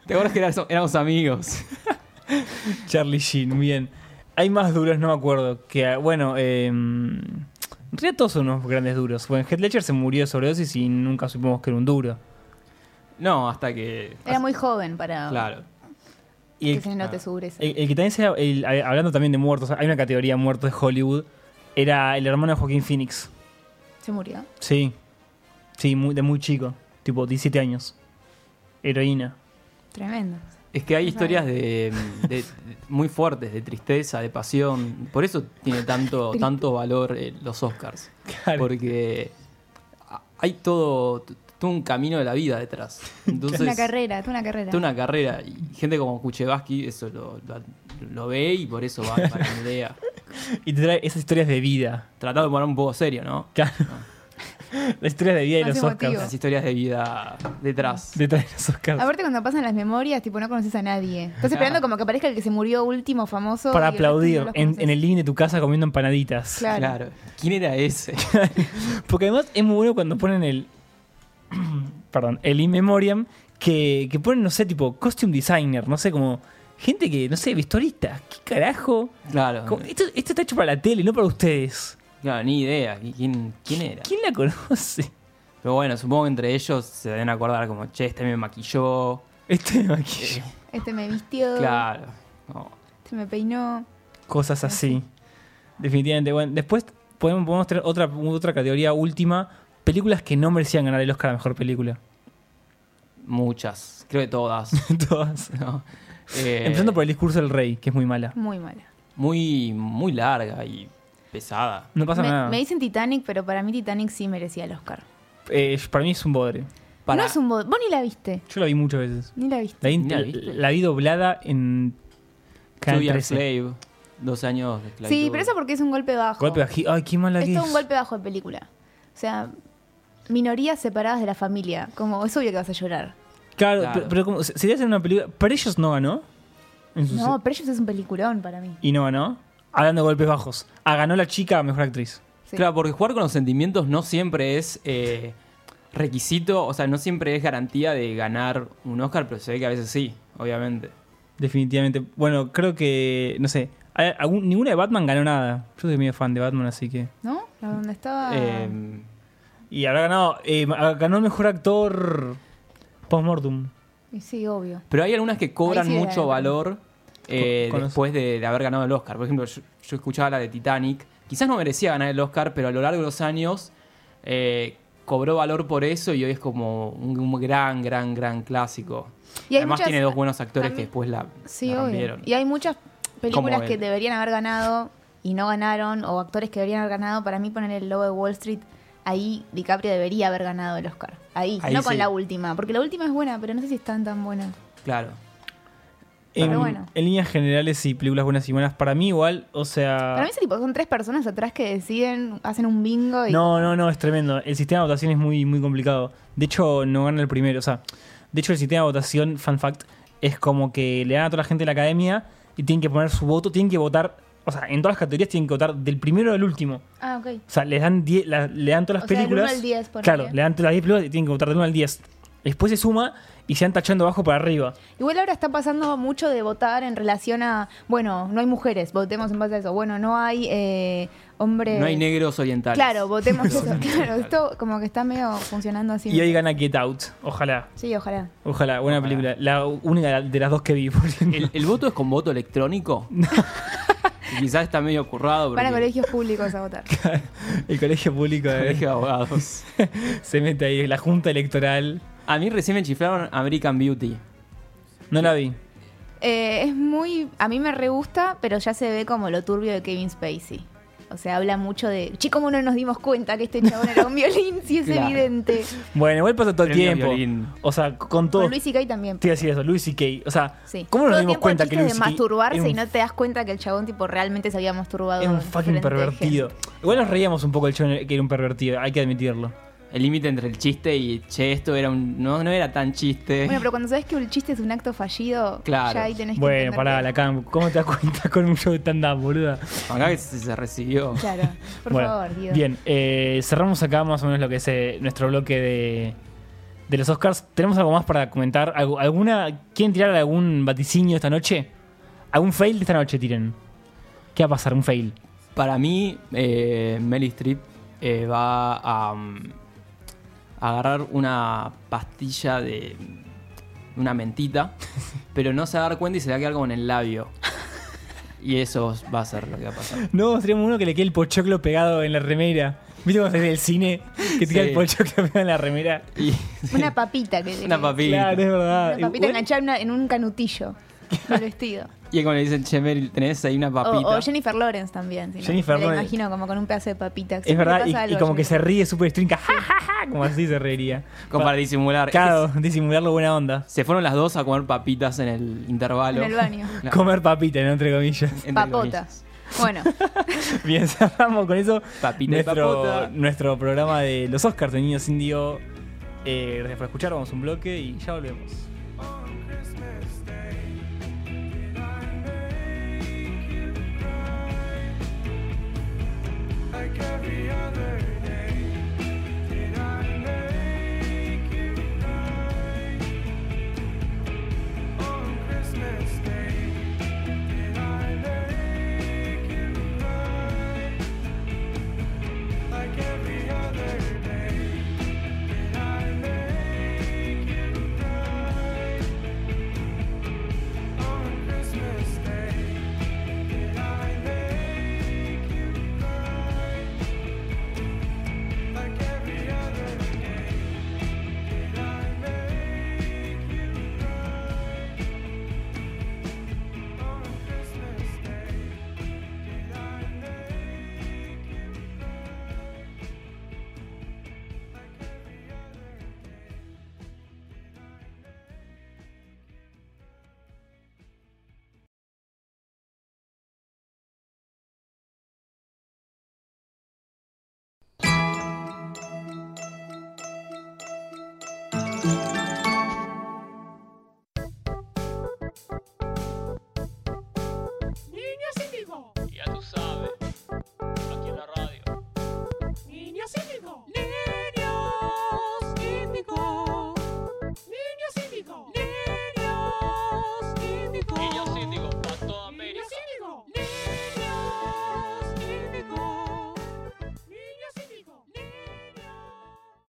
Speaker 4: ¿Te acuerdas que eras- éramos amigos?
Speaker 3: Charlie Sheen, muy bien. Hay más duros, no me acuerdo. Que bueno, eh, en realidad todos son unos grandes duros. Bueno, Heath Ledger se murió de sobredosis y nunca supimos que era un duro.
Speaker 4: No, hasta que.
Speaker 5: Era muy joven para
Speaker 4: Claro.
Speaker 3: Y
Speaker 5: que
Speaker 3: el,
Speaker 5: se note su dureza.
Speaker 3: el- el que también sea, el- hablando también de muertos, hay una categoría de muertos de Hollywood. Era el hermano de Joaquín Phoenix.
Speaker 5: Se murió.
Speaker 3: Sí. Sí, muy, de muy chico. Tipo 17 años. Heroína.
Speaker 5: Tremendo.
Speaker 4: Es que hay historias de, de- de- muy fuertes, de tristeza, de pasión. Por eso tiene tanto, tanto valor eh, los Oscars.
Speaker 3: Claro.
Speaker 4: Porque a- hay todo, t- todo un camino de la vida detrás. Entonces,
Speaker 5: Es una carrera, es una carrera.
Speaker 4: toda una carrera. Y gente como Kuchevaski eso lo, lo- lo ve y por eso va para la idea.
Speaker 3: Y te trae esas historias de vida.
Speaker 4: Tratado de poner un poco serio, ¿no?
Speaker 3: Claro. Las historias de vida y
Speaker 5: Ah. Más
Speaker 3: los
Speaker 5: emotivo.
Speaker 3: Oscars.
Speaker 4: Las historias de vida detrás.
Speaker 3: Detrás de los Oscars.
Speaker 5: Aparte cuando pasan las memorias, tipo, no conoces a nadie. Estás esperando como que aparezca el que se murió último, famoso.
Speaker 3: para
Speaker 5: y el resto
Speaker 3: aplaudir
Speaker 5: no los
Speaker 3: en,
Speaker 5: conoces.
Speaker 3: en el living de tu casa comiendo empanaditas.
Speaker 5: Claro.
Speaker 4: Claro. ¿Quién era ese?
Speaker 3: Porque además es muy bueno cuando ponen el. perdón, el in memoriam. Que, que ponen, no sé, tipo costume designer. No sé, como. Gente que, no sé, vestuarista. ¿Qué carajo?
Speaker 4: Claro.
Speaker 3: Como- Esto, esto está hecho para la tele, no para ustedes.
Speaker 4: Claro, ni idea. ¿Quién, quién era?
Speaker 3: ¿Quién la conoce?
Speaker 4: Pero bueno, supongo que entre ellos se deben acordar como, che, este me maquilló.
Speaker 3: Este de maquillaje.
Speaker 5: Este me vistió,
Speaker 4: Claro. No.
Speaker 5: este me peinó.
Speaker 3: Cosas así. Definitivamente. Bueno, después podemos, podemos tener otra, otra categoría última. Películas que no merecían ganar el Oscar a Mejor Película.
Speaker 4: Muchas. Creo que todas.
Speaker 3: Todas.
Speaker 4: ¿no? Eh,
Speaker 3: Empezando por el discurso del rey, que es muy mala.
Speaker 5: Muy mala.
Speaker 4: Muy, muy larga y pesada.
Speaker 3: No pasa
Speaker 5: me,
Speaker 3: nada.
Speaker 5: me dicen Titanic, pero para mí Titanic sí merecía el Oscar.
Speaker 3: Eh, para mí es un bodre.
Speaker 4: Para-
Speaker 5: No es un bod. Vos ni la viste.
Speaker 3: Yo la vi muchas veces.
Speaker 5: Ni la viste.
Speaker 3: La, vi-
Speaker 4: ¿La viste?
Speaker 3: la vi doblada en Canal
Speaker 4: Two Year
Speaker 3: 13.
Speaker 4: Slave. Dos años de esclavitud.
Speaker 5: Sí, pero eso porque es un golpe bajo.
Speaker 3: Golpe bají- Ay, qué mala
Speaker 5: Es
Speaker 3: que es.
Speaker 5: todo un golpe bajo de película. O sea, minorías separadas de la familia. Como, es obvio que vas a llorar.
Speaker 3: Claro,
Speaker 4: Claro.
Speaker 3: pero, pero como, se- sería hacer una película. Pero ellos no ganó. En su-
Speaker 5: No, pero ellos es un peliculón para mí.
Speaker 3: Y no ganó. Hablando de golpes bajos. Ah, ganó la chica a mejor actriz.
Speaker 5: Sí.
Speaker 4: Claro, porque jugar con los sentimientos no siempre es eh, requisito, o sea, no siempre es garantía de ganar un Oscar, pero se ve que a veces sí, obviamente.
Speaker 3: Definitivamente. Bueno, creo que. No sé. hay algún- ninguna de Batman ganó nada. Yo soy medio fan de Batman, así que.
Speaker 5: ¿No? La Donde estaba.
Speaker 4: Eh,
Speaker 3: Y habrá ganado. eh, ganó mejor actor. Postmortem.
Speaker 5: Y Sí, obvio.
Speaker 4: Pero hay algunas que cobran
Speaker 5: Ahí sí era
Speaker 4: mucho
Speaker 5: el-
Speaker 4: valor eh,
Speaker 3: Con- con
Speaker 4: después de, de haber ganado el Oscar. Por ejemplo, yo, yo escuchaba la de Titanic. Quizás no merecía ganar el Oscar, pero a lo largo de los años eh, cobró valor por eso y hoy es como un, un gran, gran, gran clásico.
Speaker 5: Y hay
Speaker 4: Además
Speaker 5: muchas-
Speaker 4: tiene dos buenos actores
Speaker 5: tam-
Speaker 4: que después la,
Speaker 5: Sí,
Speaker 4: la
Speaker 5: obvio.
Speaker 4: rompieron.
Speaker 5: Y hay muchas películas
Speaker 4: Como
Speaker 5: que
Speaker 4: el-
Speaker 5: deberían haber ganado y no ganaron, o actores que deberían haber ganado. Para mí, poner el logo de Wall Street, ahí DiCaprio debería haber ganado el Oscar. Ahí,
Speaker 4: Ahí
Speaker 5: no con
Speaker 4: sí.
Speaker 5: la última. Porque la última es buena, pero no sé si es tan tan buena.
Speaker 4: Claro.
Speaker 5: Pero
Speaker 3: En,
Speaker 5: bueno.
Speaker 3: en líneas generales y películas buenas y malas. Para mí, igual. O sea.
Speaker 5: Para mí, ese tipo son tres personas atrás que deciden, hacen un bingo y.
Speaker 3: No, no, no, es tremendo. El sistema de votación es muy, muy complicado. De hecho, no gana el primero. O sea, de hecho, el sistema de votación, fun fact, es como que le dan a toda la gente de la academia y tienen que poner su voto, tienen que votar. O sea, en todas las categorías tienen que votar del primero al último.
Speaker 5: Ah, ok.
Speaker 3: O sea, les dan, die- la- le dan todas las
Speaker 5: O sea, del
Speaker 3: películas.
Speaker 5: uno al diez, ponele.
Speaker 3: claro, le dan todas las 10 películas y tienen que votar del 1 al 10. Después se suma y se van tachando abajo para arriba.
Speaker 5: Igual ahora está pasando mucho de votar en relación a, bueno, no hay mujeres, votemos en base a eso. Bueno, no hay eh, hombres.
Speaker 4: No hay negros orientales.
Speaker 5: Claro, votemos eso.
Speaker 4: Votemos
Speaker 5: Claro, esto como que está medio funcionando así.
Speaker 3: Y ahí gana Get Out. Ojalá.
Speaker 5: Sí, ojalá.
Speaker 3: Ojalá, buena
Speaker 4: Ojalá.
Speaker 3: película. La única de las dos que vi. por ejemplo.
Speaker 4: ¿El, el voto es con voto electrónico? Y Quizás está medio currado.
Speaker 5: Van a
Speaker 4: porque-
Speaker 5: colegios públicos a votar.
Speaker 3: El colegio público. eh.
Speaker 4: Colegio de abogados.
Speaker 3: Se mete ahí la junta electoral.
Speaker 4: A mí recién me chiflaron American Beauty.
Speaker 3: No la vi.
Speaker 5: Eh, es muy. A mí me re gusta, pero ya se ve como lo turbio de Kevin Spacey. O sea, habla mucho de. Che, ¿cómo no nos dimos cuenta que este chabón era un violín? Sí, es
Speaker 4: Claro.
Speaker 5: evidente.
Speaker 3: Bueno, igual pasa todo el
Speaker 4: Premio
Speaker 3: tiempo.
Speaker 4: violín.
Speaker 3: O sea, con todo.
Speaker 5: Con Luis y Kay también.
Speaker 3: Te iba a decir eso, Luis y Kay. O sea,
Speaker 5: Sí.
Speaker 3: ¿cómo
Speaker 5: Todo
Speaker 3: nos
Speaker 5: el
Speaker 3: dimos
Speaker 5: tiempo
Speaker 3: cuenta que
Speaker 5: chistes
Speaker 3: Luis
Speaker 5: de
Speaker 3: y Kay
Speaker 5: masturbarse
Speaker 3: era un,
Speaker 5: y no te das cuenta que el chabón tipo realmente se había masturbado.
Speaker 3: era un
Speaker 5: en
Speaker 3: fucking
Speaker 5: frente de
Speaker 3: pervertido?
Speaker 5: gente.
Speaker 3: Igual nos reíamos un poco el chabón que era un pervertido, hay que admitirlo.
Speaker 4: El límite entre el chiste y che, esto era un. No, no era tan chiste.
Speaker 5: Bueno, pero cuando sabes que el chiste es un acto fallido,
Speaker 4: Claro.
Speaker 5: ya ahí tenés que
Speaker 3: Bueno,
Speaker 5: entender
Speaker 3: pará,
Speaker 5: que-
Speaker 3: la cam, ¿cómo te das cuenta con un show de stand-up, boluda?
Speaker 4: Acá que se, se recibió.
Speaker 5: Claro. Por
Speaker 3: Bueno,
Speaker 5: favor, Guido.
Speaker 3: Bien, eh, cerramos acá más o menos lo que es eh, nuestro bloque de, de los Oscars. ¿Tenemos algo más para comentar? ¿Algu- ¿Alguna, ¿Quieren tirar algún vaticinio esta noche? ¿Algún fail de esta noche tiren? ¿Qué va a pasar? ¿Un fail?
Speaker 4: Para mí, eh, Meryl Streep eh, va a, mm, a agarrar una pastilla de. una mentita, pero no se va a dar cuenta y se le va a quedar como en el labio. Y eso va a ser lo que va a pasar.
Speaker 3: No, tenemos uno que le quede el pochoclo pegado en la remera. ¿Viste cuando salís del cine? Que tira
Speaker 4: Sí.
Speaker 3: el pollo que pega en la remera.
Speaker 4: Y-
Speaker 5: Una papita que
Speaker 4: una papita.
Speaker 3: Claro, es verdad.
Speaker 5: una papita
Speaker 3: Igual-
Speaker 5: enganchada en, una- en un canutillo del vestido.
Speaker 4: Y cuando le dicen, che, Meryl, tenés ahí una
Speaker 5: O,
Speaker 4: papita.
Speaker 5: o Jennifer Lawrence también. si no,
Speaker 3: Jennifer
Speaker 5: me la
Speaker 3: Lawrence.
Speaker 5: imagino como con un pedazo de papita.
Speaker 3: es
Speaker 5: Siempre le
Speaker 3: verdad,
Speaker 5: pasa
Speaker 3: y- y,
Speaker 5: algo a
Speaker 3: como que se
Speaker 5: Jennifer.
Speaker 3: ríe súper estrinca. Ja, ja, ja, como así se reiría.
Speaker 4: como para disimular.
Speaker 3: Claro, disimularlo buena onda.
Speaker 4: Se fueron las dos a comer papitas en el intervalo.
Speaker 5: En el baño.
Speaker 4: Claro,
Speaker 3: Comer papita, ¿no? entre comillas.
Speaker 4: entre
Speaker 5: Papota.
Speaker 4: comillas.
Speaker 5: Bueno,
Speaker 3: Bien, cerramos con eso.
Speaker 4: Papita y papota.
Speaker 3: nuestro, nuestro programa de los Oscars de Niños Indio. Eh, gracias por escuchar, vamos a un bloque y ya volvemos.